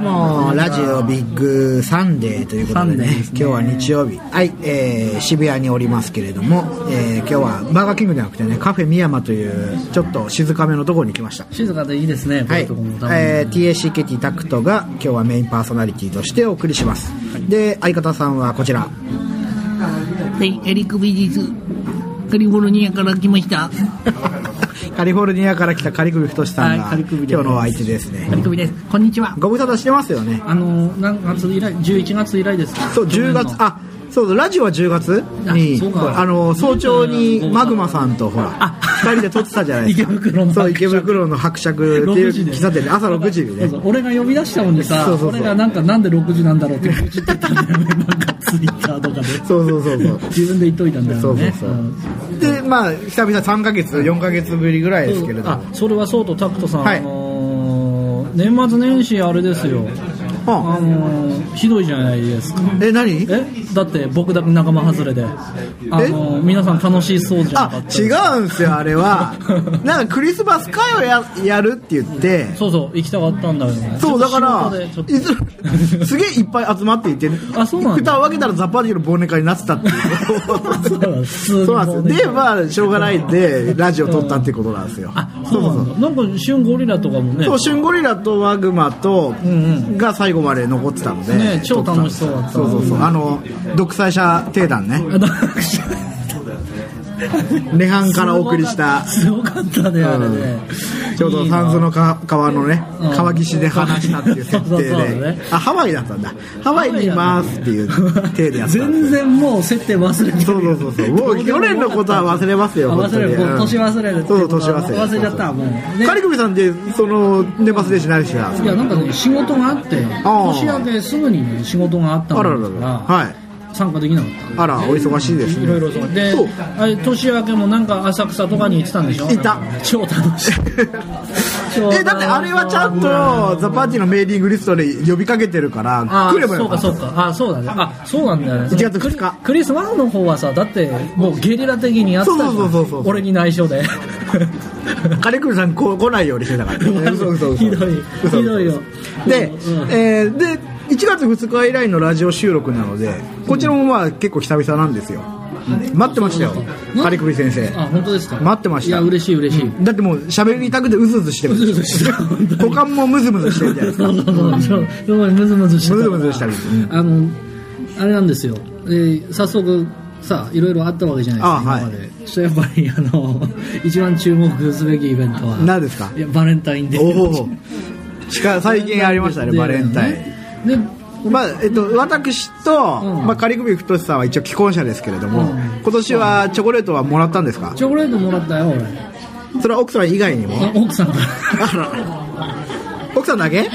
もラジオビッグサンデーということでねサンデーです今日は日曜日はい、えー渋谷におりますけれども、えー今日はバーガーキングではなくてねカフェミヤマというちょっと静かめのところに来ました静かでいいですはね、い、こういうとこも多分、えー、TACKT タクトが今日はメインパーソナリティとしてお送りします、で相方さんはこち らはい、エリック・ビジス。カリフォルニアから来ました。カリフォルニアから来たカリクビ太さんが、はいカリ今クビ日でございのます相手ですねカリコミです。こんにちは。ご無沙汰してますよねあの、何月以来、11月以来ですかそう10月あそうそうラジオは10月にあそうかあの早朝にマグマさんとほらあ2人で撮ってたじゃないですか池袋のそう伯爵池袋の伯爵っていう6時で喫茶店で朝6時にそうねそう俺が呼び出したもんでさそうそうそう俺がなんかなんで6時なんだろうって愚痴ってたんだよねなんかツイッターと かでそうそうそうそう自分で言っといたんだそようそねうそんうでまあ久々3ヶ月4ヶ月ぶりぐらいですけれどもあそれはそうとタクトさん、はいあのー年末年始あれですよああのーひどいじゃないですかえ何えだって僕だけ仲間外れで、あのー皆さん楽しそうじゃなかあった違うんすよあれ はなんかクリスマス会をややるって言ってそうそう行きたかったんだよねそうだからちょっとい仕事でちょっつすげえいっぱい集まっていてあそうなんだ蓋を開けたらザッパージの忘年会になってたっていうそうなんだそうなんですでまあしょうがないんでラジオ撮ったってことなんですよとあそうなんだなんか旬ゴリラとかもねそうシュンゴリラとワグマとが最後まで残ってたので、ね超楽しそうだったそうそうそうあの独裁者定団ねあだ 涅槃からお送りしたすごかったねあれねちょうどサンズのか川のねうん川岸で話したっていう設定そうそうそうでねあハワイだったんだハワイにいますっていう体でやったんですよ全然もう設定忘 れてるそうそうそうそうもう去年のことは忘れますよあ本忘当れにるうん年忘れるそうそう年忘れる忘れちゃったもうねカリクミさんってその年末年始何してたんですいかやなんかね仕事があってあ年明けすぐにね仕事があったあもららんらだかららはい参加できなかったあらお忙しいですねいろいろそうでそうあれ年明けもなんか浅草とかに行ってたんでしょ行った超楽しい えだってあれはちゃんとザ・パーティーのメーリングリストで呼びかけてるからあ来ればそようかかったそうかあそうだねあそうなんだよね1月2日クリスマスの方はさだってもうゲリラ的にやってたじゃんそうそうそうそうそう俺に内緒でカリクミさんこ来ないようにしてたか ら嘘嘘 嘘ひどい嘘ひどいよで、うんえーで1月2日以来のラジオ収録なのでこちらもまあ結構久々なんですよ、待ってましたよカリクリ先生あ本当ですか待ってましたいや嬉しい嬉しい、だってもう喋りたくてうずうずしてるずうずしてた本当に股間もムズムズしてるじゃないですそかうそうそうそうすごいムズムズしてたムズムズしたりうんあのあれなんですよ、えー早速さいろいろあったわけじゃあはないいですか今までちょっとやっぱりあの一番注目すべきイベントは何ですかいやバレンタインデーおお近最近ありましたねバレンタインンでまあえっと、私と、うんまあ、カリクビ太さんは一応既婚者ですけれども、うん今年はチョコレートはもらったんですかチョコレートもらったよ俺それは奥さん以外にもあ奥さんかあら奥さんだけら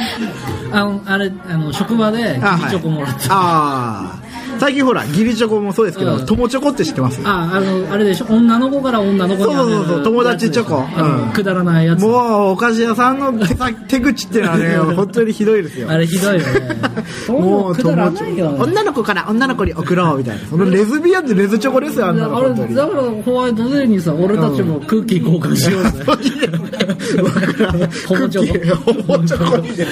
あのあれあの職場であチョコもらったあー最近ほら義理チョコもそうですけど、うん友チョコって知ってますああのあれでしょ女の子から女の子にあげるそうそうそう友達チョコやつでしょあのうんくだらないやつもうお菓子屋さんの手手口っていうのはね本当にひどいですよあれひどいよね ももううくだら友ないよ達女の子から女の子に送ろうみたいなそのレズビアンでレズチョコですよあんなのあれ本当にだからホワイトデーにさ俺たちもクッキー交換しようぜ僕らホモチョコクッキーホモチョコにね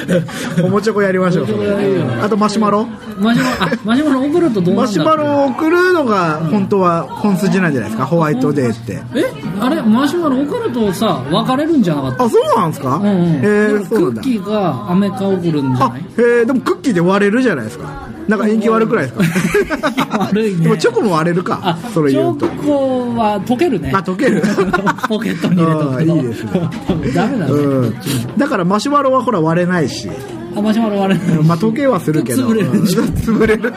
ホモチョコやりましょうホモチョコやるよあとマシュマロマシュマロあマシュマロ送るとどうなマんシだュっけマロを送るのが本当は本筋なんじゃないですかホワイトデーってえあれマシュマロ送るとさ別れるんじゃなかったあそうなんですかうんうん、へでえもそうクなッんだキーがアメカ送るんじゃあないへえでもクッキーで割れるじゃないですかなんか延期悪くないですか悪いねでもチョコも割れるかあそれ言うとチョコは溶けるねあ溶ける ポケットに入れとくとあーいいですね ダメだね、うん、だからマシュマロはほら割れないし、あマシュマロ割れないまあ、時計はするけど潰れるでしょうん 潰れる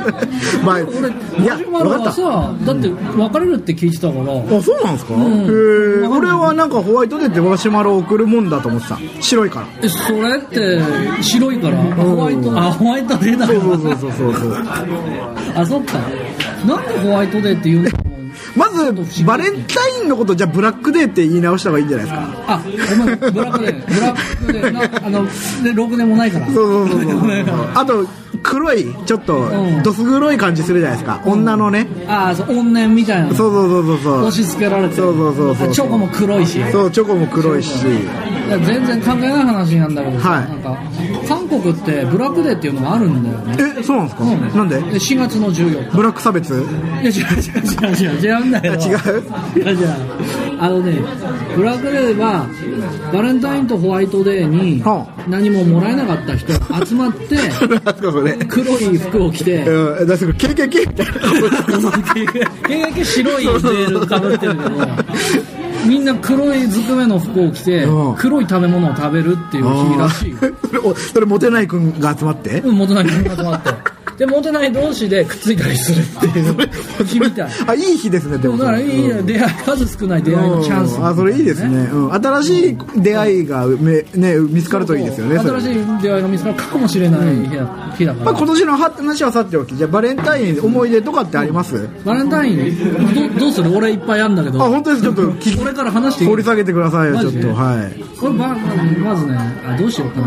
まあ俺いやマシュマ分ロかはったさだって別れるって聞いてたからあそうなんですか、んへえ俺はなんかホワイトデーってマシュマロを送るもんだと思ってた白いからえそれって白いからホワイトあホワイトデーだそうそうそうそうそうそうあそっかなんでホワイトデーって言うのまずバレンタインのことじゃあブラックデーって言い直した方がいいんじゃないですかあ、ごめん、ブラックで、ブラックで、なあの、で、ろくでもないから。そうそうそうそうあと黒いちょっとうんどす黒い感じするじゃないですか女のねああ、そう、怨念みたいな。そうそうそうそうそう押し付けられてる。そうそうそうそうチョコも黒いし。そうチョコも黒いしいや全然関係ない話なんだけどさ、はいなんか韓国ってブラックデーっていうのがあるんだよねえそうなんですか、なんでで4月の14日ブラック差別いや違う違う違う違う違うんだよ違ういや違うあのねブラックデーはバレンタインとホワイトデーにはあ何ももらえなかった人が集まってなんですかそれ黒い服を着て うん、だから KKK みたいな毛だけ白いデールかぶってるけどみんな黒いずくめの服を着てうん黒い食べ物を食べるっていう日らしいよそれおそれモテない君が集まってうん、モテない人が集まって。で、モテない同士でくっついたりするっていう日みたい。あいい日ですねででももだからいいね出会い、数少ない出会いのチャンス、うんあそれいいですね、。うん、新しい出会いがめ、ね、見つかるといいですよねそれ新しい出会いが見つかるかもしれない日だ日だかまあ、ら今。年の話はさておきじゃあバレンタイン思い出とかってあります、バレンタイン、どどうする俺いっぱいあるんだけど。あ本当ですちょっと聞きこれから話していい掘り下げてくださいよマちょジっでとはいこれままずねあどうしようかな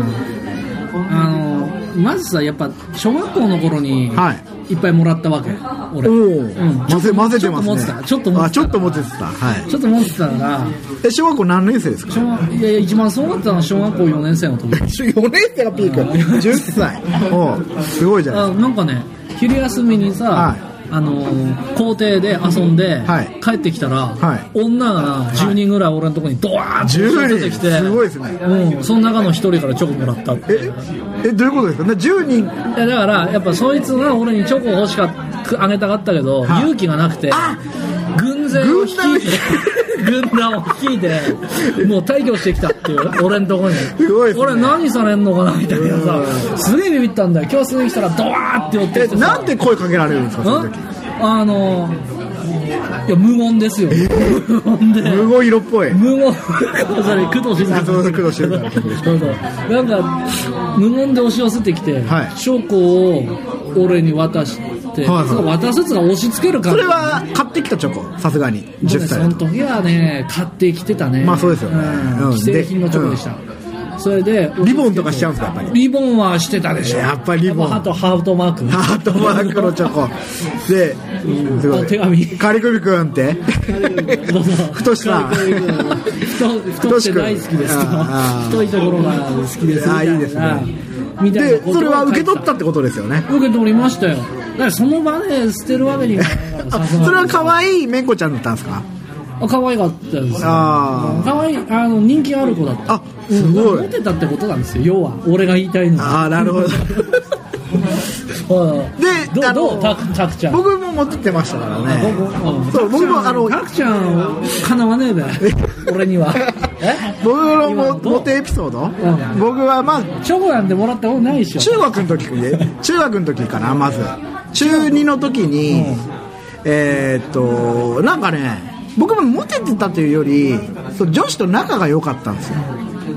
あのまずさやっぱ小学校の頃にはいっぱいもらったわけ、俺おお、うん混ぜ混ぜてまちょっと持っすてねたちょっと持っあてたちょっと持ってたはいちょっと持ってたからえ小学校何年生ですか小学いやいや一番そうだったのは小学校4年生の 時4年生がピーク10歳おうすごいじゃないあなんかね昼休みにさ、はいあのー校庭で遊んで、はい帰ってきたはら、い女が10人ぐらい俺のとこにドワーッと出てきて10人すごいですねうん、その中の1人からチョコもらったっていうですかええどういうことですかね10人いやだからやっぱそいつが俺にチョコ欲しかったあげたかったけど、はい勇気がなくて軍勢を率い て軍団を率いてもう退去してきたっていう俺んとこにごいっすね俺何されんのかなみたいなさすげえビビったんだよ教室に来たらドワーって寄ってえきてさなんで声かけられるんですかその時んあのいや無言ですよ無言で無言色っぽい無言 それ工藤静香あそうそう工藤静香そうそうなんか無言で押し寄せてきて、はい証拠を俺に渡して、はいはいその渡すっつうのは押し付ける感そじれは買ってきたチョコさすがに僕10ねそ歳のだと時はね買ってきてたねまあそうですよねうんうん既製品のチョコでした、それでリボンとかしちゃうんですかやっぱりリボンはしてたでしょやっぱりリボンあとハートマークハートマークのチョコで、すごいお手紙カリクビ君ってどうぞふとしさん太太って大好きですとああ太いところが好きですみたいなあいいですねみたいなでことをそれは受け取ったってことですよね受け取りましたよだからその場で捨てるわけにもいかないかあらそれはか可愛いめんこちゃんだったんですか可愛かったですよあ可愛いあの人気ある子だったあすごいうんモテたってことなんですよ要は俺が言いたいのあはああなるほどでうんどあのうどうタクタクちゃん 僕も持ってってましたからねうんそう僕もあのタクちゃんかなわねえべ俺にはえ僕のも今どうモテエピソードん僕はまあチョコなんてもらったことないでしょ中学の 時中学の時かなまず中2の時にえーっとなんかね僕もモテてたというよりそう女子と仲が良かったんですよ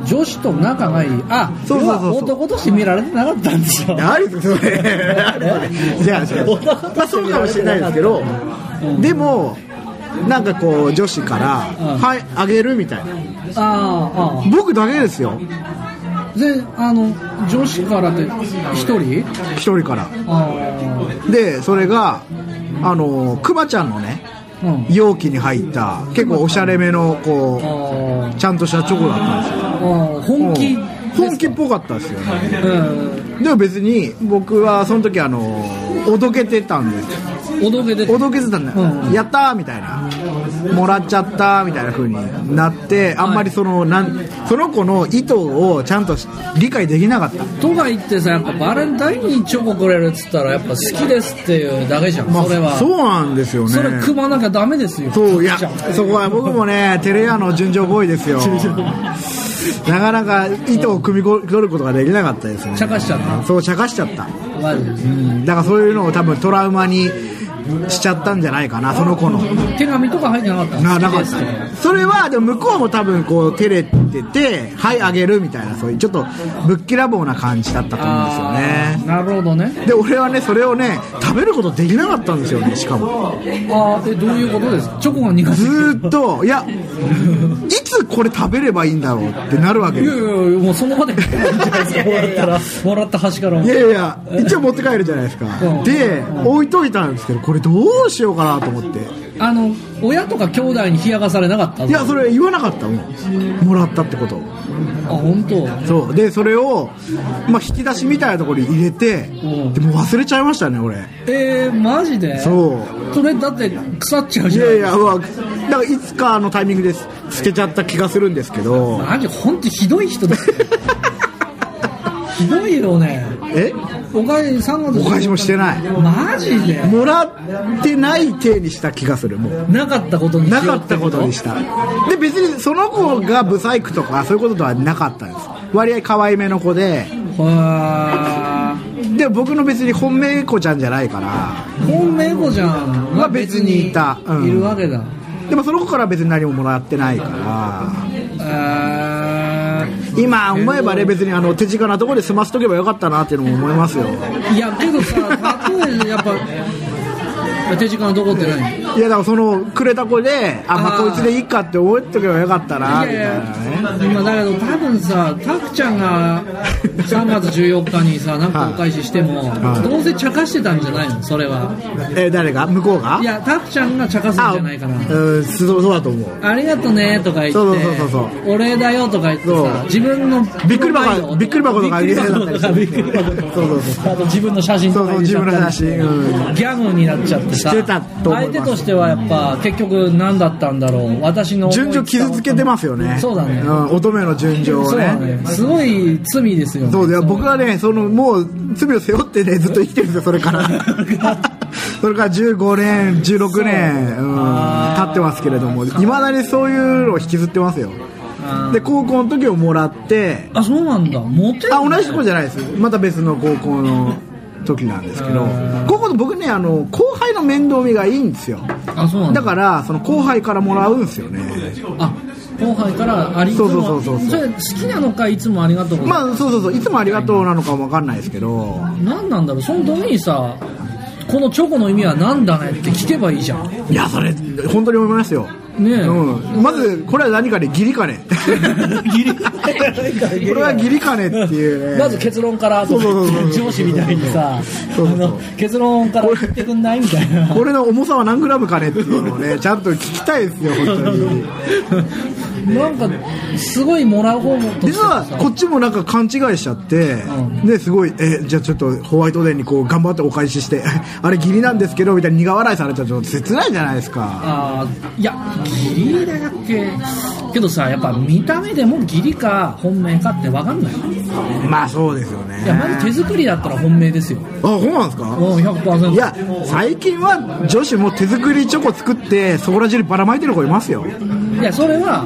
女子と仲がいいあそうそうそうそう要は男として見られてなかったんですよあるそれあるじゃあじゃ あまあそうかもしれないですけどでもなんかこう女子から「んはいあげる」みたいなああ僕だけですよああであの女子からって一人一人からあでそれがあのクマちゃんのねあうん容器に入った結構おしゃれめのこうあちゃんとしたチョコだったんですよあああ本気うん本気っぽかったですよねうんでも別に僕はその時あのおどけてたんですよおどけでおどけてたんだよ、うんやったーみたいなもらっちゃったーみたいな風になってあんまりそのなんその子の意図をちゃんと理解できなかったとか言ってさやっぱバレンタインにチョコくれるっつったらやっぱ好きですっていうだけじゃん、まあそれはそうなんですよねそれ組まなきゃダメですよそういやじゃんそこは僕もねテレ屋の純情行為ですよなかなか意図を汲み取ることができなかったですね茶化しちゃったそう茶化しちゃったマジでだからそういうのを多分トラウマにしちゃったんじゃないかなその子の手紙とか入ってなかったなな好かきっですたそれはでも向こうも多分こう照れててはいあげるみたいなそういうちょっとぶっきらぼうな感じだったと思うんですよねなるほどねで俺はねそれをね食べることできなかったんですよねしかもああえどういうことですかチョコが苦手ずーっといやいつこれ食べればいいんだろうってなるわけいでやすいやいやもうその場でもらったらもらった端からいやいやいや一応持って帰るじゃないですかうんで置いといたんですけどこれどうしようかなと思ってあの親とか兄弟に冷やかされなかったいやそれ言わなかったもんもらったってことあ本当そうでそれを、まあ、引き出しみたいなところに入れてうんでも忘れちゃいましたね俺えー、マジでそうそれだって腐っちゃういじゃんやいやうわだからいつかのタイミングです捨てちゃった気がするんですけどマジ本当ひどい人だよひどいよねえお返し3月お返しもしてないマジでもらってない体にした気がするもうなかったことにしよなうてかったことにしたで別にその子がブサイクとかそういうこととはなかったんです割合可愛めの子ではーで僕の別に本命子ちゃんじゃないから本命子じゃんまあ別にいたうんいるわけだでもその子からは別に何ももらってないからあー今思えばね別にあの手近なところで済ませとけばよかったなっていうのも思いますよいやけどさ例えばやっぱ手時間どこってないいやだからそのくれた子であまああーこいつでいいかって思っとけばよかったなみたいなね今だけど多分さタクちゃんが3月14日にさなんかお返ししても、はいどうせ茶化してたんじゃないのそれはえ誰が向こうがいやタクちゃんが茶化すんじゃないかなうんそうそうだと思うありがとねとか言ってそうそうそうそうお礼だよとか言ってそうさ自分のびっくり箱プロファイルをびっくり箱とか入れてなかったりしてびっくり箱とかそうそうそあと自分の写真とか入れちゃったりしてそうそう自分の写真うギャグになっちゃってさしてたと思います相手としてはやっぱ結局何だったんだろう私の思い順序傷つけてますよねそうだねん、乙女の順序そをうだねねすごい罪ですよねそうだよ僕はねそのもう罪を背負ってねずっと生きてるんですよそれから それから15年16年、うん、経ってますけれどもいまだにそういうのを引きずってますよあで高校の時をもらってあそうなんだモテるねあ同じ子じゃないですまた別の高校の時なんですけど高校で僕ねあの後輩の面倒見がいいんですよあそうなんだだからその後輩からもらうんですよねあ後輩からありそうそうそうそうつもれ好きなのかいつもありがとうまあそうそうそういつもありがとうなのかも分かんないですけど何なんだろうその時にさこのチョコの意味は何だねって聞けばいいじゃ んいやそれ本当に思いますよねえうん、まずこれは何かね義理 かね義理これは義理かねっていうねまず結論からそうそうそうそう上司みたいにさそうそうそうあの結論から言ってくんないみたいなこれの重さは何グラムかねっていうのをねちゃんと聞きたいですよ本当になんかすごいもらう方法として実はこっちもなんか勘違いしちゃって、うんですごいえじゃあちょっとホワイトデーにこう頑張ってお返しして あれ義理なんですけどみたいに苦笑いされたらちょっと切ないじゃないですかあーいやギリだってけどさやっぱ見た目でもギリか本命かって分かんないまあそうですよねいやまず手作りだったら本命ですよあそうなんですかもう100%いや最近は女子も手作りチョコ作ってそこら中にばらまいてる子いますよいやそれは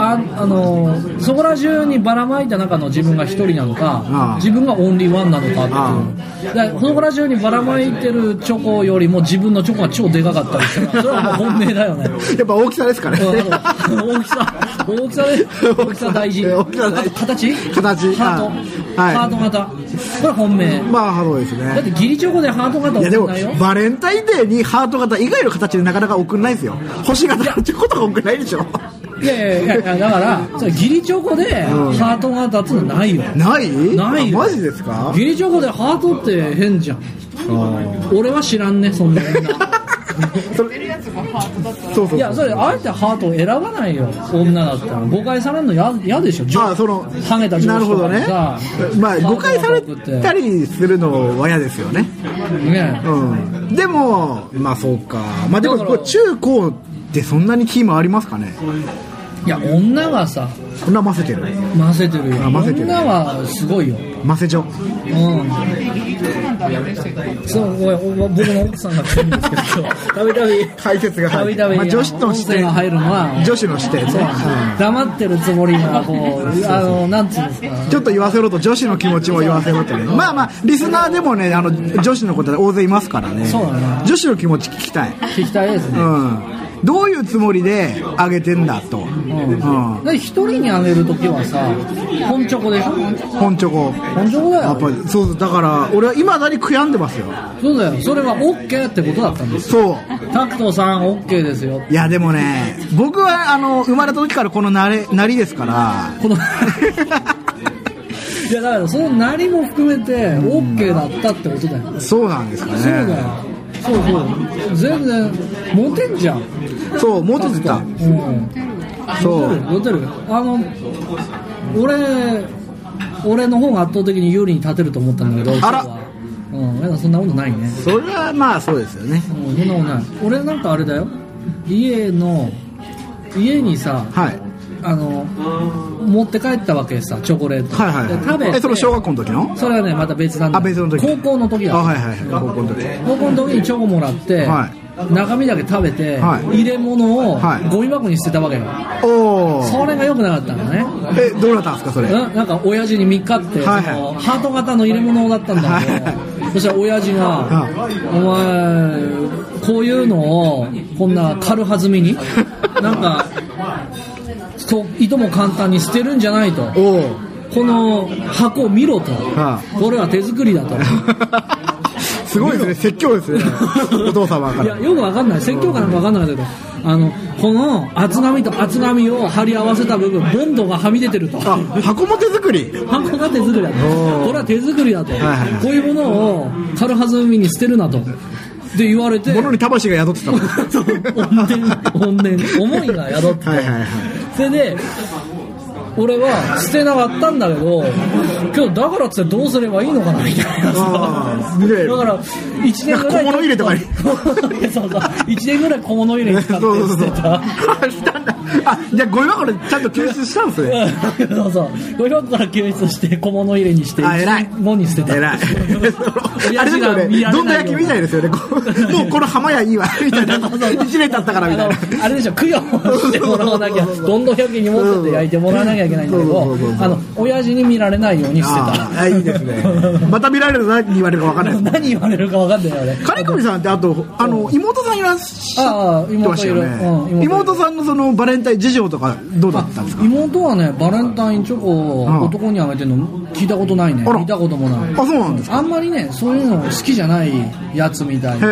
ああのーそこら中にばらまいた中の自分が一人なのかああ自分がオンリーワンなのかっていうだからそこら中にばらまいてるチョコよりも自分のチョコが超でかかったりしたらそれはもう本命だよねやっぱ大きさですかねうんあの大きさ大きさで大きさ大事大きさ大事あと形形ハート、はいハート型これ本命まあそうですだっねてギリチョコでハート型いやで送んもないよバレンタインデーにハート型以外の形でなかなか送んないですよ星型のチョコとか送んないでしょいやいやいやだからそれギリチョコでハート型っつうのないよないないよあマジですかギリチョコでハートって変じゃん俺は知らんねそんな女 そうそういやそれあえてハートを選ばないよ女だったら誤解されるのや嫌でしょ上あそのハゲたな上る司ほとどかにねさ、まあ、誤解されたりりするのは嫌ですよね、ねうん、でもまあそうかまあでもだからこれ中高ってそんなにキーもありますかねいいや女がさこんな混ぜてる混ぜてるよあ混ぜてる女はすごいよ混ぜ女うんそうごめんお僕の奥さんが来てるんですけど今 日たびたび解説がた入びるたびまあ女子として音声が入るのは女子の視点ねそううん黙ってるつもりがこうあのなんつうんですかちょっと言わせろと女子の気持ちも言わせろってねまあまあリスナーでもねあの女子のこと大勢いますからねそうだね女子の気持ち聞きたい聞きたいですうねんどういうつもりで上げてんだと、うん、で一人にあげるときはさ本チョコでしょ本チョコ本チョコだやっぱよりそうそうだから俺はいまだに悔やんでますよそうだよそれは OK ってことだったんですそうタクトさん OK ですよいやでもね僕はあの生まれた時からこのなれなりですから この いやだからそのなりも含めて OK だったってことだよ、そうなんですかそうだよねそうそう全然モテんじゃんそうもうちょっとたうんそうモテるモテるあの俺俺の方が圧倒的に有利に立てると思ったんだけどあら今日はうん、なんかそんなことないねそれはまあそうですよねうんそんなことない俺なんかあれだよ家の家にさはいあの持って帰ったわけさチョコレート、はいはいで食はべいてえその小学校の時のそれはねまた別なんだあ別の時高校の時だあはいはいはい高校の時高校の時にチョコもらって、は中身だけ食べて、はい入れ物をはいゴミ箱に捨てたわけよ、おそおれが良くなかったんだねえどうなったんですかそれななんか親父に見っかって、はいはいそのハート型の入れ物だったんだけど、はいそしたら親父がは「お前こういうのをこんな軽はず みになんかといとも簡単に捨てるんじゃない」とおお「この箱を見ろ」とは「これは手作りだ」と。すごいですね説教ですね お父様かいやらよくわかんない説教かなんかわかんなかったけどあのこの厚紙と厚紙を貼り合わせた部分ボンドがはみ出てるとあ箱も手作りハンコが手作りだとおーこれは手作りだと、はいはいこういうものを軽はずみに捨てるなとで言われて物に魂が宿ってたもん そう怨念怨念思いが宿っててはいはいはいそれで俺は捨てなかったんだけど今日だからっつってどうすればいいのかなみたいなあさーねだから1年ぐら小い物入れとかにそうそう1年ぐらい小物入れに使ってそうそう捨そてうたあしたんだあじゃあゴミ箱でちゃんと救出したんです ねうんそうそうゴミ箱から救出して小物入れにしてあ偉い物に捨てた偉いあれですよ見ねられないようなどんど焼きみたいですよねこ うもうこの浜屋いいわみたいな一年経ったからみたいなあのあれでしょ供養をしてもらわなきゃどんどん焼きに持ってって焼いてもらわなきゃいけないんだけそどうそうそうそうあの親父に見られないようにしてああたいいですねまた見られると何言われるか分かんないですね 何言われるか分かんないよ ね金込さんってあとあの妹さんいらっしゃってましたよああ妹いるうんね妹妹さんのそのバレンタイン事情とかどうだったんですか妹はねバレンタインチョコうんを男にあげてるの聞いたことないねあら見たこともないあそうなんですかあんまりねそういうの好きじゃないやつみたいでへ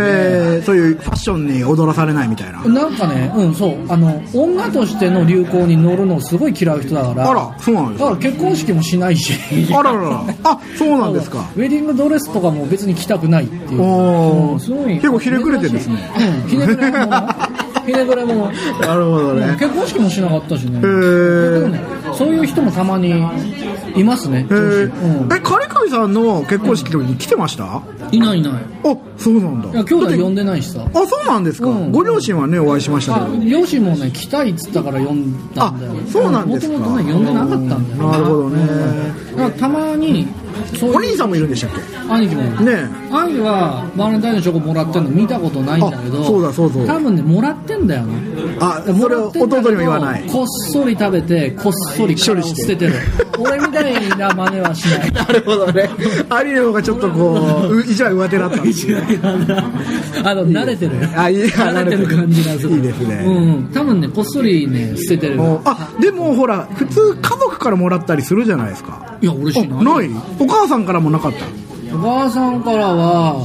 えそういうファッションに踊らされないみたいななんかねうんそうあの女としての流行に乗るのすごい嫌う人だからあらそうなんですだかから結婚式もしないしあらららあそうなんですかウェディングドレスとかも別に着たくないっていうおーうんすごい結構ひねくれてんですねうんひねくれ ものひねくれものなるほどうんね結婚式もしなかったしねへーねそういう人もたまにいますへねえ女子うんえ金込さんの結婚式の時に来てましたあいないいないそうなんだいや兄弟呼んでないしさあそうなんですか、うんご両親はねお会いしましたけあど両親もね来たいっつったから呼んだんだよあそうなんですかもともとね呼んでなかったんだよねなるほどねうんだからたまにそういうお兄さんもいるんでしたっけ兄貴もね兄貴はバレンタインのチョコもらってるの見たことないんだけどあそうだそうそう多分ねもらってんだよねあそれを弟にも言わないこっそり食べてこっそり殻を捨ててる俺みたいな真似はしないなるほどね兄の方がちょっとこうう一番上手だったんです違 うなあの慣れてるあいい慣れてる感じがするいいですねうんうん多分ねこっそりね捨ててるもうあでもほら普通家族からもらったりするじゃないですかいや俺あしないないお母さんからもなかったお母さんからは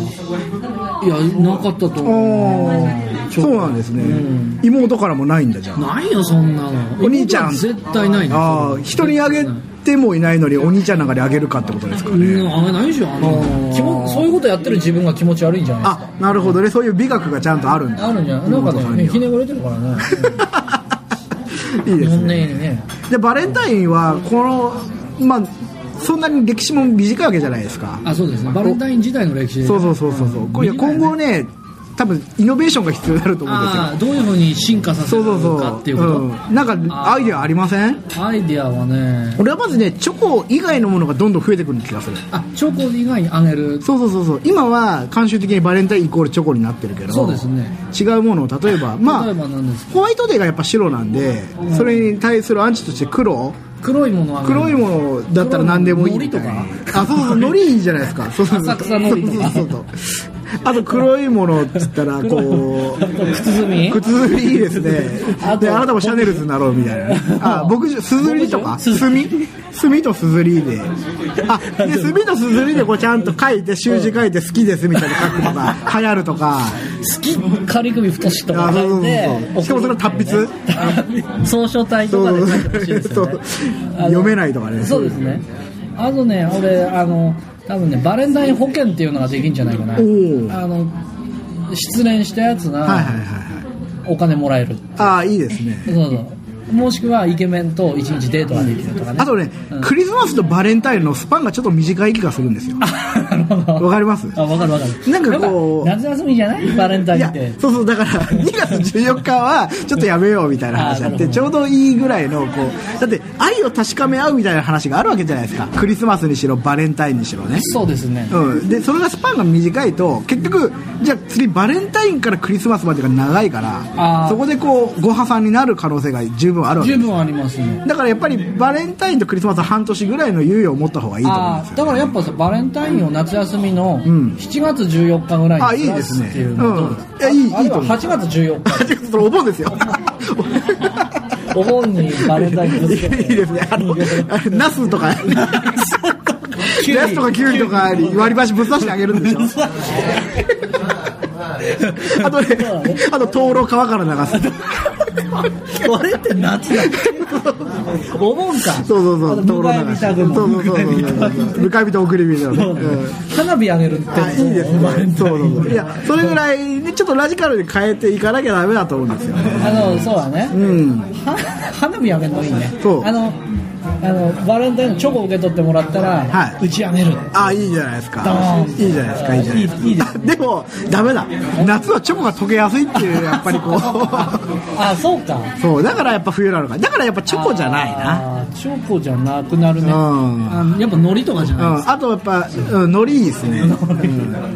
いやなかったとあ思うーそうなんですね、妹からもないんだじゃんないよそんなのお兄ちゃん絶対ないねああ人にあげてもいないのにお兄ちゃんなんかにあげるかってことですかね、うんあれないでしょあの気もそういうことやってる自分が気持ち悪いんじゃないあなるほどねそういう美学がちゃんとあるんだあるんじゃないなんかねひねくれてるからね いいで日す本ねねねでバレンタインはこのまあそんなに歴史も短いわけじゃないですかあそうですねバレンタイン自体の歴史でそうそうそうそうそう、いや今後ね多分イノベーションが必要になると思うんですよああどういうふうに進化させそうるそうそうかっていうことうん、なんかアイデアありませんアイディアはね俺はまずねチョコ以外のものがどんどん増えてくる気がするあチョコ以外にあげるそうそうそうそう今は慣習的にバレンタインイコールチョコになってるけどそうですね違うものを例えばまあ例えば何ですかホワイトデーがやっぱ白なんでそれに対するアンチとして黒黒いものあげる黒いものだったら何でもいいみたいな海苔あそうそう海苔いいじゃないですかそうそうそう浅草海苔とかそうそうそうあと黒いものっつったらこう靴包 み靴ずりいいですねあとであなたもシャネルズになろうみたいなねあ僕すずりとか僕じゃ墨墨とすずりであで墨とすずりでこうちゃんと書いて習字書いて好きですみたいな書くとか流行るとか好き仮首太しとあかそうそ書いうてそうそうしかもそれは達筆総書体とかで書いてほしいですよねそうあの読めないとかねそうですねあとね俺あの多分ねバレンタイン保険っていうのができんじゃないかなあおーの失恋したやつはいはいはいがはいお金もらえるああいいですねそうそうもしくはイケメンと一日デートができるとかねあとね、うんクリスマスとバレンタインのスパンがちょっと短い気がするんですよあなるほどわかりますあわかるわかるなんかこうやっぱ夏休みじゃないバレンタいインやってそうそうだから 2月14日はちょっとやめようみたいな話あっあーなるてほどちょうどいいぐらいのこうだって愛を確かめ合うみたいな話があるわけじゃないですかクリスマスにしろバレンタインにしろねそうですねうん、でそれがスパンが短いと結局じゃあ次バレンタインからクリスマスまでが長いかあらーそこでこうご破産になる可能性が十分あるわけ十です分ありますねだからやっぱりバレンタインとクリスマスは半年ぐらいの猶予を持った方がいいと思いあますーだからやっぱさバレンタインを夏休みのん7月14日ぐらいにあいいですねっていうのはどうですか、うんいやいいあるいはいいと8月14日それお盆 ですよお盆にバレンタインぶいいつけてですね。あの、ナスとか、キュウリナスとかキュウリとかに割り箸ぶっ刺してあげるんでしょ。あとねそうだね、あと灯籠川から流す。あれって夏だっけお盆かそうそうそう、灯迎籠え流にす。そうそたくうもそうそう。迎え人送り人だね。うん花火あげるってあいいですバレンね。タそインうそうそう。いや、それぐらいね、ちょっとラジカルに変えていかなきゃダメだと思うんですよね。あのそうだね、うん。は花火あげるのいいねそうあのあのバレンタインのチョコ受け取ってもらったら、は打ち上げるあいいじゃないですドかーンいいじゃないですかいいじゃないですかいいいいですでもダメだ夏はチョコが溶けやすいっていうやっぱりこうあそうかそうだからやっぱ冬なのかだからやっぱチョコじゃないなあーチョコじゃなくなるね、うんあのやっぱ海苔とかじゃうないですん、あとやっぱ、うん、海苔いいですね、うん、あ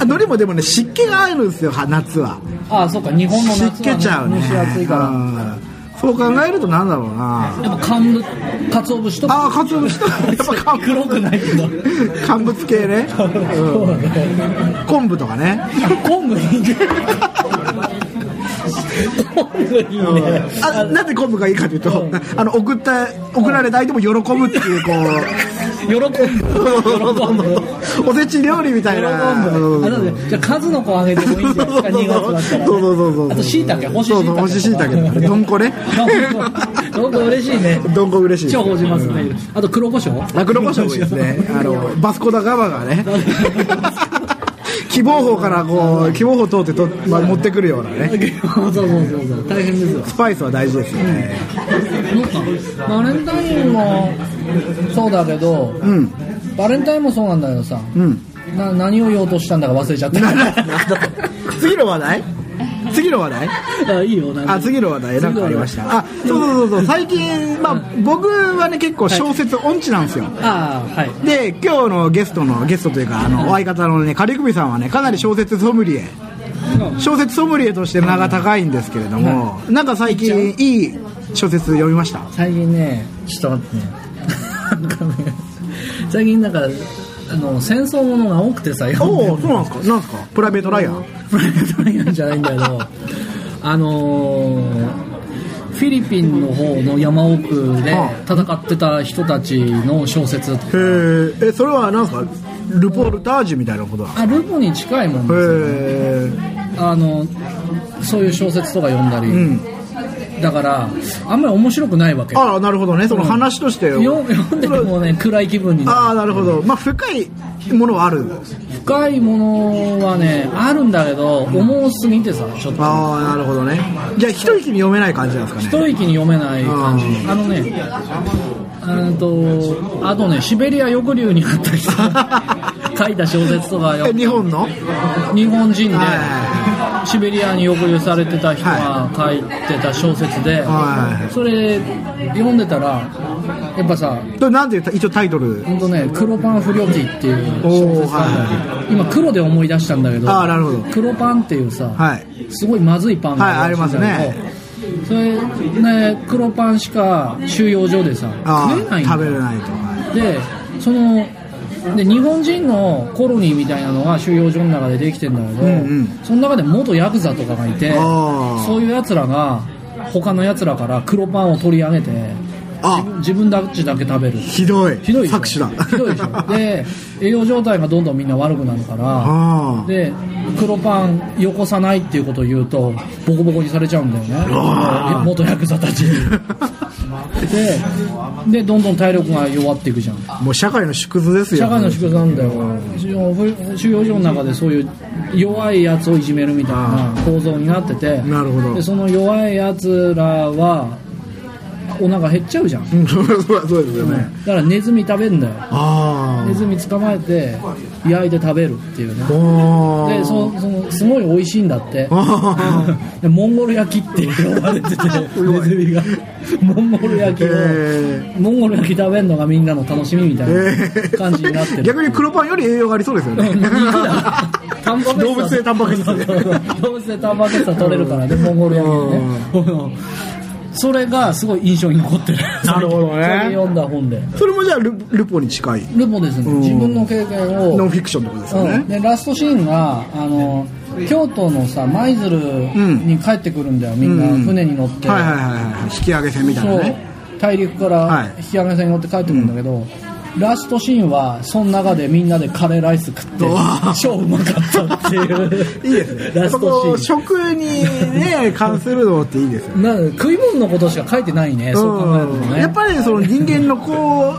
海苔もでもね湿気があるんですよは夏はか、ああそうか日本の夏は、ね、湿気ちゃうね蒸し暑いから、うんそう考えるとなんだろうなやっぱ乾物かつお節とかああかつお節とかやっぱ乾物黒くないけど 乾物系ね、そうだねうん、昆布とかね昆布いいね昆布いいねあなんで昆布がいいかというと、あの送った送られた相手も喜ぶっていうこ 喜ぶ喜ぶうおせち料理みたいな喜ぶあだってじゃあ数の子あげてもいいんじゃないですか2月だったら、ね、そうそうそうそうあとしいたけ干しそうそう干ししい椎た茸とかねどん こねどんこ嬉しいねどんこ嬉しい超報じますね、あと黒胡椒ラクロコショウがいいですねあのバスコダガバがね希望法からこう希望法通ってと、まあ、持ってくるようなね そうそうそうそう大変ですよスパイスは大事ですよねそうかバレンタインもそうだけど、うんバレンタインもそうなんだけどさ、うんな何を言おうとしたんだか忘れちゃっなななた 次の話題次の話題 あいいよなんかあ次の話題なんかありましたあそうそうそうそう最近、まあ、僕はね結構小説音痴なんですよあはいで今日のゲストのゲストというかあのお相方のね狩首さんはねかなり小説ソムリエ小説ソムリエとして名が高いんですけれどもなんか最近いい小説読みました最近ねちょっと待ってね なんかね最近なんかあの戦争ものが多くてさおおそうなんですかなんですかプライベートライアンプライベートライアンじゃないんだけどあのーフィリピンの方の山奥で戦ってた人たちの小説とかへええそれはなんですかルポルタージュみたいなことだへあルポに近いもんですえあのそういう小説とか読んだり、んだからあんまり面白くないわけああなるほどねその話としてよ読んでて もね暗い気分になるああなるほどまあ深いものはある深いものはねあるんだけど重すぎてさちょっとああなるほどねじゃあ一息に読めない感じなんですかね一息に読めない感じうあのねうんとあとねシベリア抑留にあ った人書いた小説とかよえ日本の日本人ではシベリアに抑留されてた人が書いてた小説で、はいそれ読んでたらやっぱさとなんていうた一応タイトル本当ね「黒パン不良記」っていう小おー説なんだけど、今黒で思い出したんだけどあーなるほど黒パンっていうさ、はいすごいまずいパンがるらしいんだけどはいありそれね黒パンしか収容所でさあ食えないーんだ食よべれないとはでそので日本人のコロニーみたいなのが収容所の中でできてるんだけど、うんうんその中で元ヤクザとかがいてあーそういうやつらが他のやつらから黒パンを取り上げてあ自分自分たちだけ食べるひどいひどいでしょ搾取だひどいで しょで栄養状態がどんどんみんな悪くなるからあで黒パンよこさないっていうことを言うとボコボコにされちゃうんだよね元ヤクザた ちにででどんどん体力が弱っていくじゃんあもう社会の縮図ですよ社会の縮図なんだよ収容所の中でそういう弱いやつをいじめるみたいな構造になっててなるほどでその弱いやつらはお腹減っちゃうじゃんうんそうそうそうですよね、だからネズミ食べるんだよあネズミ捕まえて焼いて食べるっていうねあおでそそのすごい美味しいんだってあ でモンゴル焼きって呼ば れててネズミがモンゴル焼きを、えモンゴル焼き食べるのがみんなの楽しみみたいな感じになってる、逆に黒パンより栄養がありそうですよね タンパク質は動物性タンパク質そうそうそう動物性タンパク質は取れるからね、モンゴル焼きねそれがすごい印象に残ってるなるほどねそれ読んだ本でそれもじゃあルルポに近いルポですね自分の経験をノンフィクションってことですよね、うん、でラストシーンがあの京都のさ舞鶴に帰ってくるんだよ、みんなうん船に乗って、はいはいはいはい引き上げ船みたいそなうね大陸かはらい引き上げ船に乗って帰ってくるんだけど、ラストシーンはその中でみんなでカレーライス食ってうわ超うまかったっていう いいですねラそこストシーン食にね関するのっていいですよねな食い物のことしか書いてないね、そう考えるとうんねやっぱりその人間のこ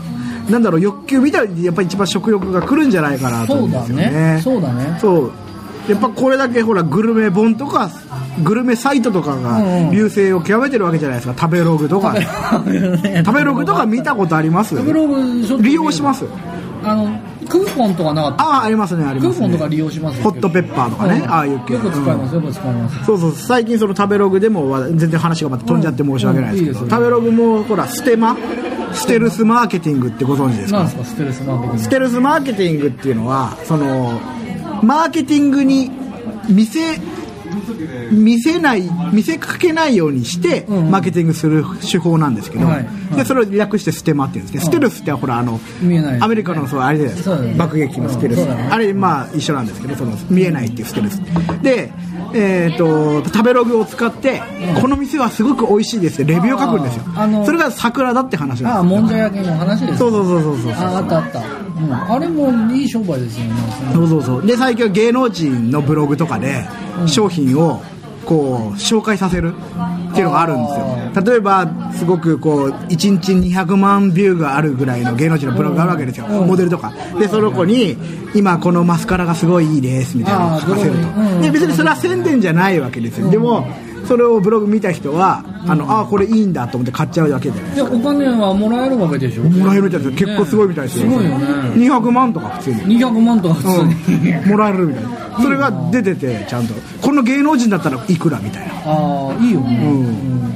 うなんだろう欲求みたいにやっぱり一番食欲が来るんじゃないかなと思うそんうでだすよねねそうだねそうやっぱこれだけほらグルメ本とかグルメサイトとかうんうがん優勢を極めてるわけじゃないですか食べログとか 食べログとか見たことあります食べログちょっと利用しますあのクーポンとかなかったああありますねありクまーすねポンとか利用しますホットペッパーとかねんああいう系よく使いますよく使いますそうそう最近その食べログでもわ全然話がまた飛んじゃって申し訳ないですけど、うんうんいいですよ食べログもほらステマステルスマーケティングってご存知ですなんかですかステルスマーケティングステルスマーケティングっていうのはそのマーケティングに見せ見せない見せかけないようにしてうんうんマーケティングする手法なんですけど、はいはでいそれを略してステマっていうんですけど、ステルスってほらあの見えないアメリカのそうあれでそうだね爆撃のステルス、うんそうだねあれまあ一緒なんですけどその見えないっていうステルスで、えー、と食べログを使って、この店はすごく美味しいですってレビューを書くんですよあーあのそれが桜だって話あなあんですもんじゃ焼きの話ですそうそうそうそうそうああったあった、うん、あれもいい商売ですよねそうそうそうで最近は芸能人のブログとかで商品をこう紹介させるっていうのがあるんですよ例えばすごくこう1日200万ビューがあるぐらいの芸能人のブログがあるわけですよモデルとかでその子に今このマスカラがすごいいいですみたいなのを書かせるあーブログうとんで別にそれは宣伝じゃないわけですよでもそれをブログ見た人はあのあーこれいいんだと思って買っちゃうだけででお金はもらえるわけでしょもらえるみたいですよ結構すごいみたいですよすごいよね200万とか普通に200万とか普通に、うん、もらえるみたいなそれが出ててちゃんとこの芸能人だったらいくらみたいなああいいよね、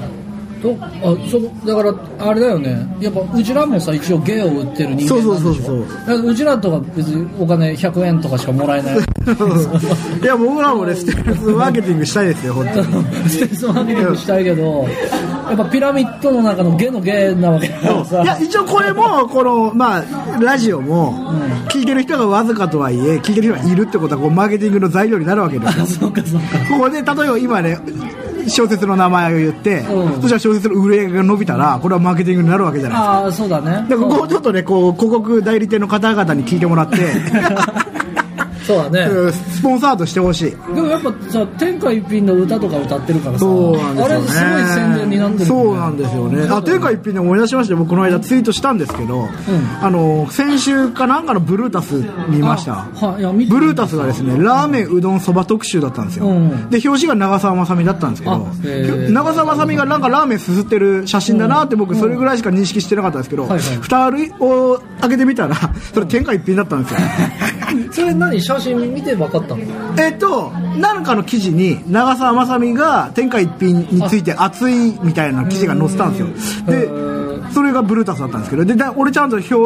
とあそうだからあれだよねやっぱうちらもさ一応芸を売ってる人間なんでしょそうそうそうそうだからうちらとか別にお金100円とかしかもらえないいや僕らもねステルスマーケティングしたいですよ本当にステルスマーケティングしたいけどやっぱピラミッドの中の芸の芸なわけだからさいや一応これもこのまあラジオも聞いてる人がわずかとはいえ聞いてる人がいるってことはこうマーケティングの材料になるわけですよそうかそうかここで例えば今ね小説の名前を言って、うんそしたら小説の売り上げが伸びたらこれはマーケティングになるわけじゃないですかああそうだねだからここをちょっとねこう広告代理店の方々に聞いても らってそうだね、うんスポンサードしてほしいでもやっぱさ天下一品の歌とか歌ってるからさそうなんですよね。あれすごい宣伝になってる、ね、そうなんですよね。あ、ていうか一品で思い出しましたよ僕この間ツイートしたんですけど、あの、先週かなんかのブルータス見ました。あはいいや見てブルータスがですね、ラーメン、うどん、そば特集だったんですよ。うんで、表紙が長澤まさみだったんですけどあ、へー長澤まさみがなんかラーメンすすってる写真だなって僕それぐらいしか認識してなかったんですけど、はいはい蓋を開けてみたら、それ天下一品だったんですよ。それ何写写真見て分かったのえっと何かの記事に長澤まさみが天下一品について熱いみたいな記事が載ってたんですよへでそれがブルータスだったんですけどでだ俺ちゃんと表紙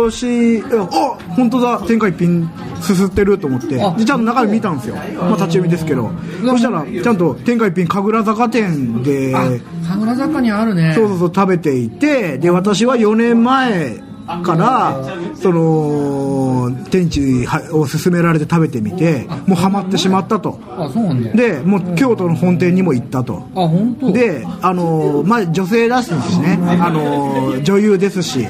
あ本当だ天下一品すすってると思ってでちゃあんと中身見たんですよ、まあ、立ち読みですけどそしたらちゃんと天下一品神楽坂店で神楽坂にあるねそうそうそう食べていてで私は4年前からその天地を勧められて食べてみてもうハマってしまったとあそうなんだでもう京都の本店にも行ったとあ本当であのーまあ、女性らしいんですしね、あのー女優ですし、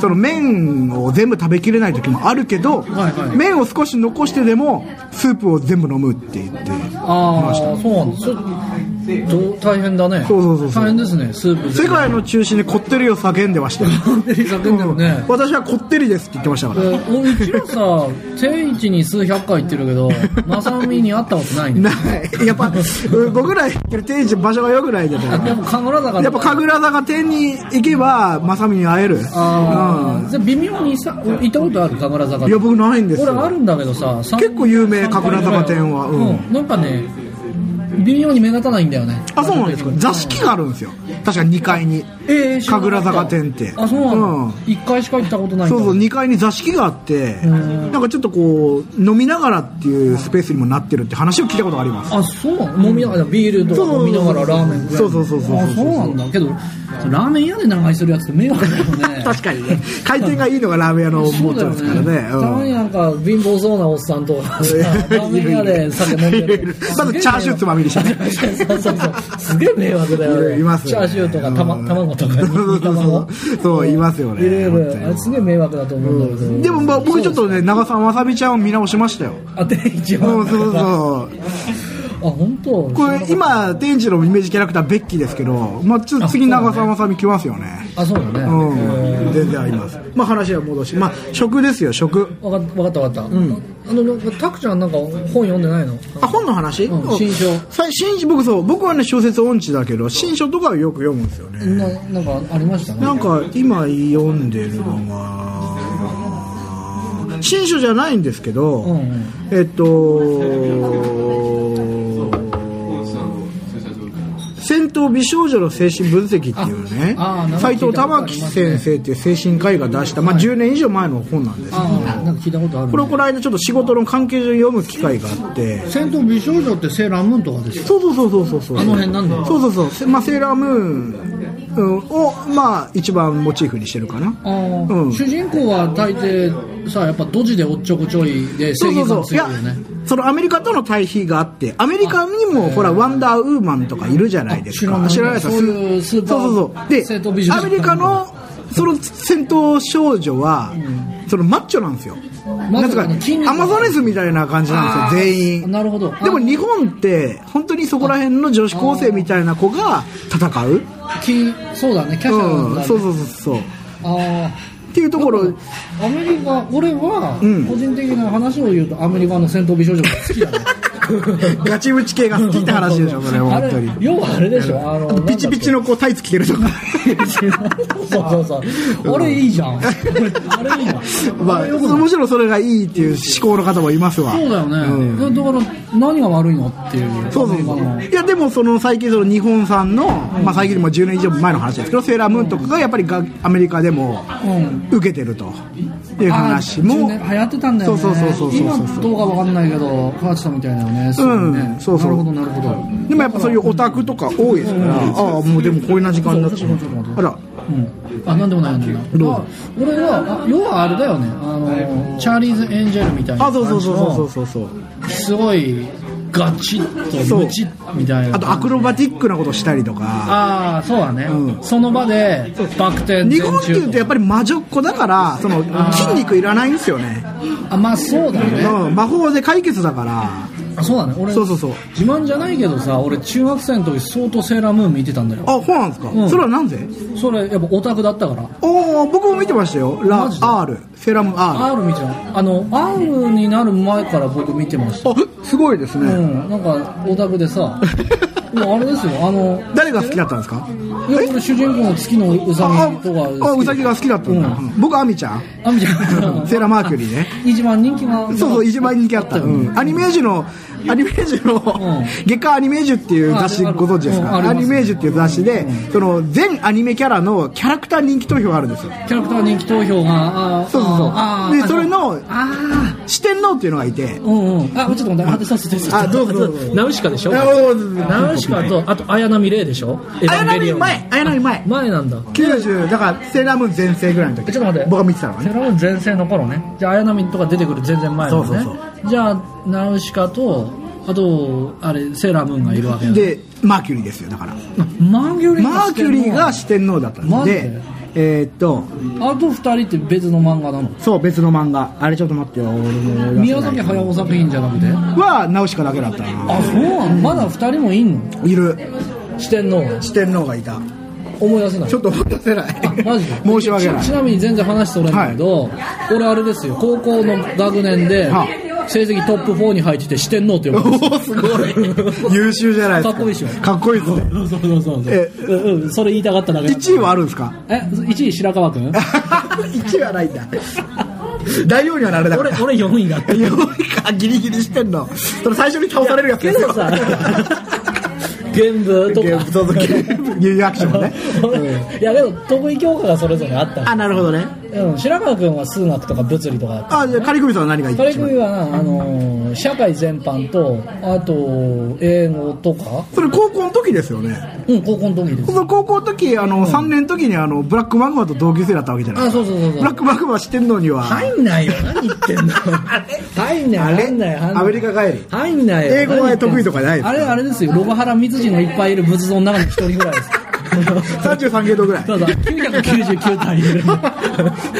その麺を全部食べきれない時もあるけど、はいはい麺を少し残してでもスープを全部飲むって言ってああそうなんだそどう大変だねそうそうそうそう大変ですねスープ世 界の中心でこってりを叫んでましたよこってり叫んでるね 私はこってりですって言ってましたからえうちらさ天一に数百回行ってる けど正海に会ったことないねないやっぱうん僕ら行ってる天一場所がよくないじゃないでも神楽坂のやっぱ神楽坂店に行けばまさみに会えるああ、じゃあ微妙にさ行ったことある神楽坂うんいや僕ないんです俺あよるんだけどささん結構有名神楽坂店はうんうんなんかね微妙に目立たないんだよねあそうなんですか座敷があるんですよ確か2階にえー知らなかった神楽坂店ってあそうなうのん一回しか行ったことないんそだうそう2階に座敷があってんなんかちょっとこう飲みながらっていうスペースにもなってるって話を聞いたことがありますあそうなの飲みながらビールとか飲みながらラーメン食えるのそうそうそうそうあそうなんだけどラーメン屋で長居するやつって迷惑だよね確かにね回転がいいのがラーメン屋のそモうーだターよですからねねたまになんか貧乏そうなおっさんとかさラーメン屋で酒飲んでいろいろる まずチャーシューつまみにしてねそうそうそうすげえ迷惑だよねいますチャーシューとかたまうん卵とかそうそう煮そ卵うそういますよねいろい本当にろあれすげえ迷惑だと思うんだけどでもまあ僕ちょっとね長澤まさみちゃんを見直しましたよあ天一はそうそうそうあ本当これ今天一のイメージキャラクターベッキーですけど、まあ、ちょっと次長澤まさみ来ますよねあそうだねうん全然ありますまあ話は戻しまあ食ですよ食わかわかったわかった。あの、なんかタクちゃんなんか本読んでないのあ本の話、うん新書さ新書僕そう僕はね小説音痴だけど新書とかはよく読むんですよねななんかありましたね。なんか今読んでるのが新書じゃないんですけど、うんうんえっと戦闘美少女の精神分析っていうねああー斎藤玉樹先生っていう精神科医が出した、まあ、10年以上前の本なんですよああ、なんか聞いたことある、これをこの間ちょっと仕事の関係上読む機会があって戦闘美少女ってセーラームーンとかでしょそうそうそうそうそうそうあの辺なんだよそうそうそう、せまあ、セーラームーンうんを、まあ、一番モチーフにしてるかなああ、うん主人公は大抵さ、やっぱドジでおっちょこちょいで正そうそ義うそ感うい強やいよね。そのアメリカとの対比があってアメリカにもほらワンダーウーマンとかいるじゃないですあか知知ららなないいですかそういうスーパーそうそう戦そう闘美で女アメリカのその戦闘少女はそのマッチョなんですよマなッんチョかなの筋肉アマゾネスみたいな感じなんですよ全員なるほど。でも日本って本当にそこら辺の女子高生みたいな子が戦うあ、きそうだね、キャシャなんだ、うねんそうそうそうそうっあていうところあ、アメリカ、俺は、ん個人的な話を言うとアメリカの戦闘美少女が好きだね。 ガチムチ系が好きって話でしょそれはあ本れ当に、要はあれでしょ、あの、ピチピチのこうタイツ着てる とかそうそうそう。あれいいじゃん。あれいいじゃん。まあ、もちろんそれがいいっていう思考の方もいますわ。そうだよね。んだから何が悪いのっていう。そうそうそアメう。リカいや、でもその最近その日本産の、まあ最近も10年以上前の話ですけど、セーラームーンとかがやっぱりがアメリカでものうん。受けてるという話あ10も。年流行ってたんだよね。そうそうそうそうそう今どうかわかんないけど、川内さんみたいだよね。すごいねうんそうそうなるほど、なるほど。でもやっぱそういうオタクとか多いですから、ああ、もうでもこんな時間になっちゃうそうそうそう。あら、うん。あ、なんでもない、なんでもない。どうぞあ俺は、あ要はあれだよね。あの、チャーリーズ・エンジェルみたいなあ、感じその。うそうそうそうそうそう。すごい、ガチッと、ムチッみたいな。あとアクロバティックなことしたりとか。ああそうだね、うんその場でバク転日本っていうとやっぱり魔女っ子だから、その筋肉いらないんですよね。あまあそうだね、うん、魔法で解決だから。あそうだね俺そうそうそう自慢じゃないけどさ俺中学生の時相当セーラームーン見てたんだよあ、そうなんですか、んそれはなんでそれやっぱオタクだったからおお僕も見てましたよ。ラマジで R、セーラム R。あ、 R 見てたあの R になる前から僕見てましたすごいですね。 うんなんかオタクでさもうあれですよあの誰が好きだったんですかいやこれ主人公の月のうさあぎとかああうさぎが好きだったんだ、う僕アミちゃんあみちゃんセーラーマーキュリーね一番人気がそうそう一番人気あった、うんアニメージュのアニメージュの、うん月刊アニメージュっていう雑誌ああるご存知ですか、うんあアりますニメージュっていう雑誌で、その全アニメキャラのキャラクター人気投票があるんですよキャラクター人気投票があーそうそうそうあーであーそれのあ四天王っていうのがいてーうんうんあちょっと待って待ってさせてさあどうぞどう ぞナウシカでしょあどうぞどうぞナウシカとあと綾波レイでしょエヴァ綾ンゲリオン波の前綾波前前なんだ90だからセーラームーン全盛ぐらいの時ちょっと待って僕が見てたのはセねラム全盛の頃ねじゃあ綾波とか出てくる全然前のねそうそうじゃあナウシカとあとあれセーラームーンがいるわけなんだでマーキュリーですよだからマーキュリーマーキュリーが知四天王だったんマジででえーっとってんのあと二人って別の漫画なのそう別の漫画あれちょっと待ってよ俺も宮崎駿作品じゃなくてはナウシカだけだったなあそうなのまだ二人もいんのいる四天王四天王がいた思い出せないちょっと思い出せないあマジで申し訳なちいちなみに全然話それんだけど、俺あれですよ高校の学年では成績トップ4に入ってて四天王って呼ばれておおすごい優秀じゃないですかかっこいいでしょかっこいいですねそうそうそうそうえうんうんそれ言いたかっただけだ1位はあるんです かえ1位白川君1位はないんだ大王にはなれなかっ俺た俺4位だった弱いかギリギリしてんのそれ最初に倒されるやつけですよ どさ玄武とゲームかそうそうゲームニューアクションね いやでも得意教科がそれぞれあったあなるほどねの、うん、白川君は数学とか物理とかあったあじゃあ仮組さんは何が一それ番組はな、あのー社会全般とあと英語とかそれ高校の時ですよねうん高校の時ですその高校の時あの3年の時にあのブラックマグマと同級生だったわけじゃないあそうそうそうそうブラックマグマしてんのには入んないよ何言ってん の入んない入んない入んないアメリカ帰り入んないよ英語は得意とかないですかあれあれですよロゴハラミツジのいっぱいいる仏像の中の一人ぐらいです33ゲートぐらいただ999体いる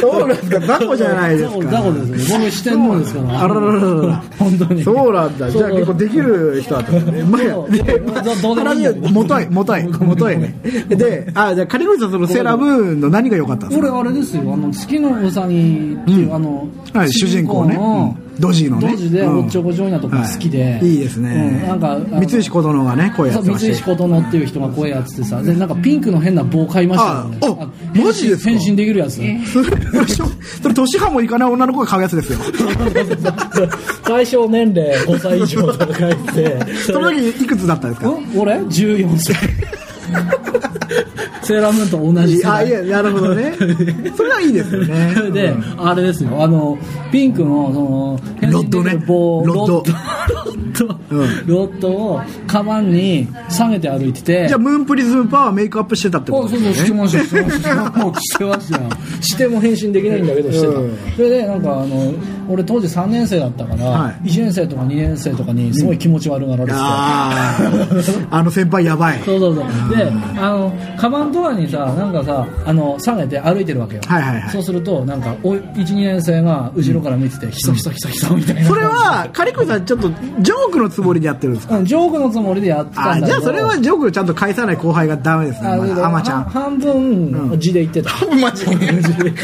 そうなんですか雑魚じゃないですか雑魚ですよ僕四天王ですからあららららら本当にそうなんだじゃあ結構できる人だったんですねまあそうでどまあどうでもいいんだけど話もといもと いもといねであじゃあ仮組さんそのセーラームーンの何が良かったんです俺かあれですよあの月のうさぎっていう、あの、はい主人公ねのうんドジのねドジでうんおっちょこちょいなとこ好きで、はいいいですねうんなんか三石琴乃がね声やそっうて三ま石し琴乃っていう人が声やっててさでなんかピンクの変な棒買いましたよねああのマジですか変身変身できるや つそれ それそれ年派もいかない女の子が買うやつ ですよ対象年齢5歳以上とか書いて その時にいくつだったんですかん俺14歳セーラームーンと同じ世代あいやなるほどねそれはいいですよ ねそれで、うんあれですよ、あの、ピンクの、その、ロッドね変身できる棒ロッドロッド、ロッドうんロッドを、カバンに下げて歩いてて、じゃあムーンプリズムパワーメイクアップしてたってあこそうとそでうすよねしてましたしてましたもうしてましたよしても変身できないんだけどしてた、うんそれでなんかあの俺当時3年生だったから、はい1年生とか2年生とかにすごい気持ち悪がられてあた、ーあの先輩やばいそうそうそうであのカバンとかにさなんかさあの下げて歩いてるわけよ、はいはいはいそうするとなんか12年生が後ろから見てて、ひそひそひそひそみたいなそれはカリコさんちょっとジョークのつもりでやってるんですかうんジョークのつもりでやってたあんだけーどじゃあそれはジョークをちゃんと返さない後輩がダメですねあまだハマちゃん半分字で言ってた、マジ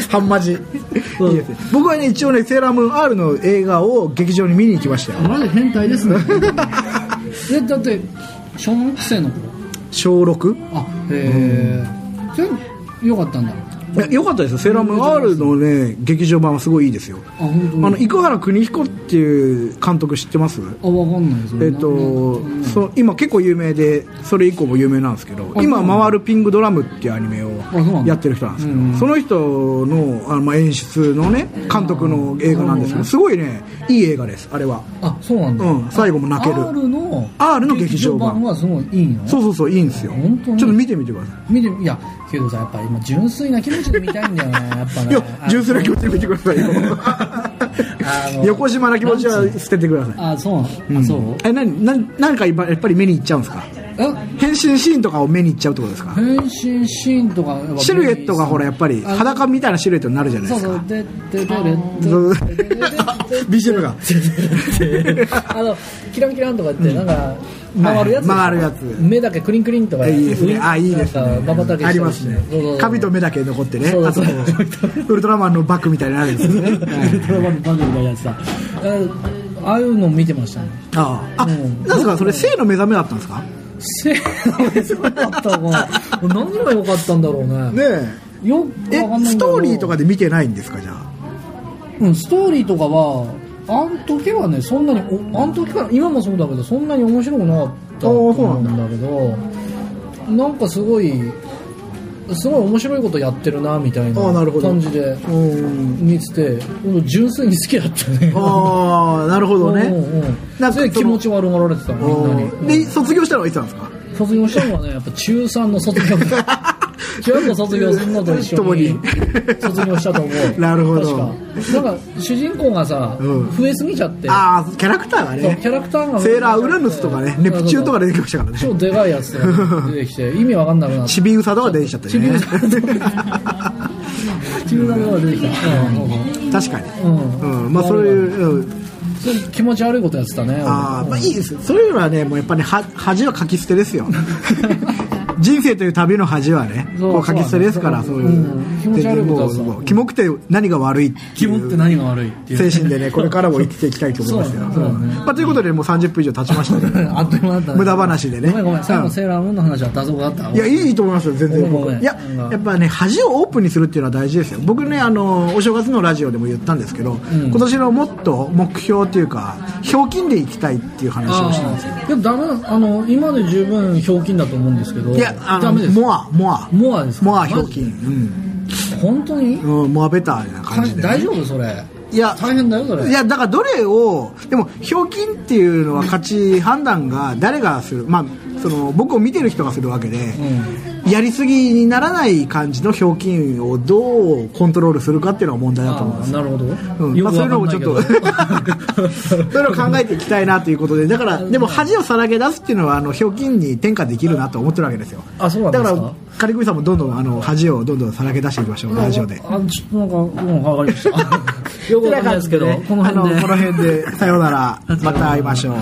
半マジいいですね僕はね一応ね「セーラームーン R」の映画を劇場に見に行きましたよまだ変態ですね えだって小学生の頃小 6? あへえそれよかったんだいや良かったですよ「セーラームーン R」のね劇場版はすごいいいですよあ本当あの生原邦彦っていう監督知ってますあわかんないそれえっと、そう今結構有名でそれ以降も有名なんですけど今「回るピングドラム」っていうアニメをそうなんだやってる人なんですけどその人のあのまあ演出のね監督の映画なんですけどすごいねいい映画ですあれは、あそうなんだ、うん、最後も泣ける R の R の劇場版劇はすごいいいのそうそうそういいんですよ本ちょっと当に見てみてくださ見ていやけどさやっぱ今純粋な気持ちで見たいんだよねやっぱいねいや純粋な気持ちで見てくださいよの横島な気持ちは捨ててくださいああそうなの、あそうえ何何何かやっぱり目に行っちゃうんですかえ変身シーンとかを目に行っちゃうってことです か変身シーンとかやっぱシルエットがほらやっぱりあ裸みたいなシルエットになるじゃないそでうすそうかででででそうで BGM があのキランキランとかってなんか回るやつ、はい回るやつ目だけクリンクリンとかいいですねあいいですなんか瞬きしねあたりしてりますねそうそうそう髪と目だけ残ってねそうあそとうそうウルトラマンのバッグみたいになるんですよねウルトラマンのバンドみたいなやつさあああいうの見てましたねあああうんなんですかそれ性の目覚めだったんですかせーのでそうだったのかな何が良かったんだろうねねよくえわかえんないスんだけどトーリーとかで見てないんですかじゃあうん、ストーリーとかは、あん時はね、そんなに、おあん時から、今もそうだけど、そんなに面白くなかったとあーそうな思うんだんだけど、なんかすごい、すごい面白いことやってるな、みたいなあーなるほど感じでうん見てて、うん純粋に好きだったね。ああなるほどうんねうんうんなんかすごい気持ち悪がられてた、みんなに。うんで卒業したのはいつなんですか卒業したのはね、やっぱ中3の 卒業。中学校卒業するのと一緒に共に卒業したと思う。なるほど確か。なんか主人公がさ、うん増えすぎちゃって、ああキャラクターがそうねキャラクターが増えすぎちゃってセーラーウラヌスとかねネプチューンとか出てきましたから超ねでかいやつが出て きて、意味わかんなくなって。チビウサとか出てきちゃったチビねウサ 中3のが出てきた。う確かにんうんうん。うんまあそういう、うんそういう気持ち悪いことやってたね。あーまあいいですよそういうのはねもうやっぱり、ね、は恥はかき捨てですよ 人生という旅の恥はねそうこうかき捨てですからそそうういだう、ねうん気持ち悪いことはそう全然もうもうキモくて何が悪いっていうキモって何が悪いっていう。精神でねこれからも生きていきたいと思いますよ、そうそうだねまあ、ということでもう30分以上経ちましたけど あっという間だったね無駄話でねごめんごめん。最うん後セーラームーンの話は打像があった。いや、いいと思いますよ、全然ごめんごめんいやうん、やっぱね、恥をオープンにするっていうのは大事ですよ。僕ね、あの、お正月のラジオでも言ったんですけど、今年のもっと目標っていうか、ひょうきんでいきたいっていう話をしたんですよ。あーでもダメなあの今で十分ひょうきんだと思うんですけどいや、あダの、メですモア、モア。モアですかモアひょうきん。マうん本当に、うん。モアベターな感じで。大丈夫それいや大変だよそれいやだからどれをでもひょうきんっていうのは価値判断が誰がするまあその僕を見てる人がするわけで、やりすぎにならない感じのひょうきんをどうコントロールするかっていうのが問題だと思うんあですーよなるほど、うんまあ、そういうのもちょっとそう っいうのを考えていきたいなということでだからでも恥をさらけ出すっていうのはあのひょうきんに転嫁できるなと思ってるわけですよあそうなんですかだから仮組さんもどんどんあの恥をどんどんさらけ出していきましょうラジオで。あちょっとなんかうんわかり ましたよくわかんないですけどてな感じねあのこの辺でさようならまた会いましょう。